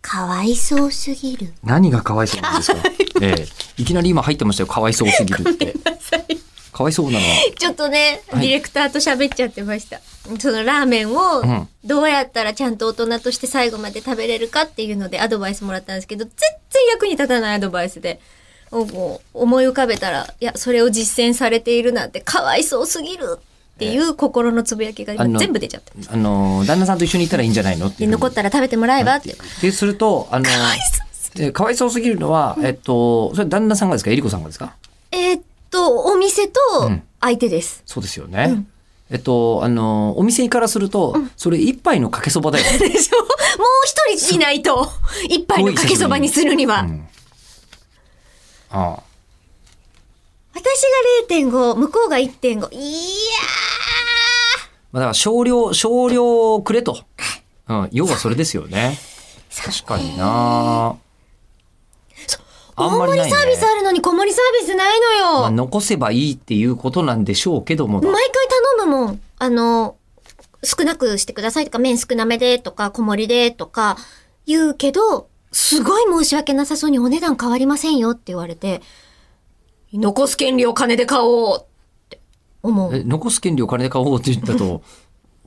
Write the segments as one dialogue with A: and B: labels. A: かわいそうすぎる。
B: 何がかわいそうなんですか、ええ、いきなり今入ってましたよかわいそうすぎるってかわいそうなのは
A: ちょっとね、デ
B: はい
A: ィレクターと喋っちゃってました。そのラーメン
B: うん
A: を、どうやったらちゃんと大人として最後まで食べれるかっていうのでアドバイスもらったんですけど、全然役に立たないアドバイスで、もう思い浮かべたら、いや、それを実践されているなんてかわいそうすぎるっていう心のつぶやきが
B: あの
A: 今全部出ちゃった。
B: あの旦那さんと一緒にいたらいいんじゃないのって
A: で、
B: いう
A: 残ったら食べてもらえばっていう。
B: でするとあの
A: かわいそう。
B: えかわいそうすぎるのは、えっと、それ旦那さんがですかえりこさんがですか
A: えーっと、お店と
B: うん
A: 相手です。
B: そうですよね。えっと、あの、お店からすると、それ一杯のかけそばだよ。
A: でしょもう一人いないと、一杯のかけそばにするには。
B: うんああ
A: 私が0.5、向こうが1.5。いや
B: まあ、だから少量、少量くれと。うん、要はそれですよね。確かにな
A: ー、大盛りサービスあるのに小盛りサービスないのよ。
B: まあ、残せばいいっていうことなんでしょうけどもだ。
A: 毎回頼むもん。あの、少なくしてくださいとか、麺少なめでとか、小盛りでとか言うけど、すごい申し訳なさそうにお値段変わりませんよって言われて、残す権利を金で買おうって思う。
B: え残す権利を金で買おうって言ったと、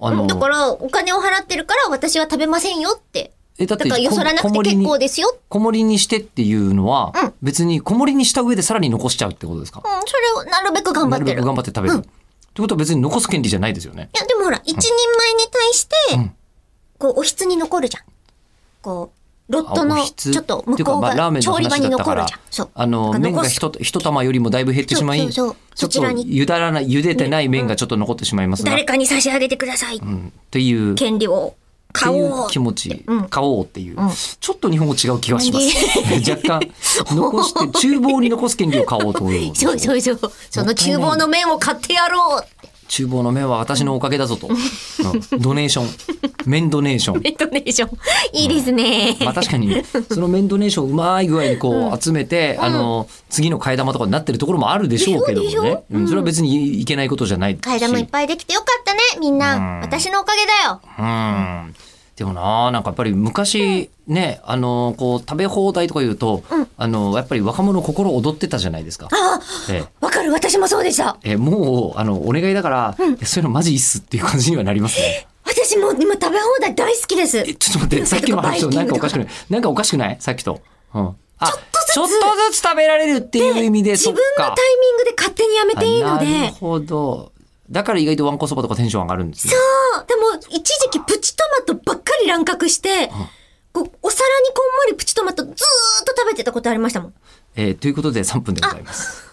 B: あ
A: うん
B: の、
A: だから、お金を払ってるから私は食べませんよって。
B: え、だ
A: だから、よそらなくて結構ですよ。
B: 小盛りにしてっていうのは、
A: うん
B: 別に小盛りにした上でさらに残しちゃうってことですか
A: うん、それをなるべく頑張って
B: なるべ
A: る
B: く。頑張って食べる。ってことは別に残す権利じゃないですよね。
A: いや、でもほら、一人前に対して、
B: うん
A: こう、おひつに残るじゃん。こう、ロット
B: あお
A: の、
B: ひつ
A: ちょっと向
B: っていう
A: こ
B: か
A: う
B: まあラー
A: が
B: メンの
A: 調理場
B: 話だ
A: に
B: ったか
A: 残
B: ら
A: るじゃん。そう。
B: あの、
A: なんか
B: 麺が
A: 残す
B: 一と一玉よりもだいぶ減ってしまい、
A: そうそうそう
B: ちょ
A: そ
B: っ
A: ちら
B: と
A: に
B: ゆだらな、茹でてない麺がちょっと残ってしまいますが、
A: 誰かに差し上げてください。
B: うん、っていう、ってい
A: 権利を買お
B: う
A: う。
B: 気持ち、
A: うん
B: 買おうっていう、
A: ん
B: ちょっと日本語違う気がします。 若干、残して、厨房に残す権利を買おうと思います。
A: そうそうそう。その厨房の麺を買ってやろうって。
B: 厨房の麺は私のおかげだぞと。うんドネーション。麺ドネーション。
A: えっとね、しょ。いいですね。
B: まあ確かに、その麺ドネーションをうまい具合にこう集めて、あの、次の替え玉とかになってるところもあるでしょうけど
A: でしょ
B: も
A: でし
B: ね
A: ょ。
B: うんそれは別にいけないことじゃないし。
A: 替え玉いっぱいできてよかったね、みん
B: うん
A: な。私のおかげだよ。
B: うん。でもな、なんかやっぱり昔ね、あの、こう、食べ放題とか言うと、あの、やっぱり若者心躍ってたじゃないですか。
A: あ
B: え
A: あ、わかる。私もそうでした。
B: ええもう、あの、お願いだから、いやそういうのマジいいっすっていう感じにはなりますね。
A: 私もう今食べ放題大好きです。
B: えちょっと待って、さっきも話した
A: バ
B: な
A: イ
B: ん
A: キングとか
B: かおかしくないなんかおかしくないさっきと。うん。あ、ち
A: ちょ
B: ょっ
A: っと
B: と
A: ずつ
B: ずつ食べられるっていう意味で、
A: 自
B: そっ
A: 分の
B: か
A: タ。イミングで勝手にやめていいので、
B: あなるほど。だから意外とわんこそばとかテンション上がるんですね。
A: そうでも一時期プチトマトばっかり乱獲して、こうお皿にこんもりプチトマトずーっと食べてたことありましたもん。
B: えーということで3分でございます。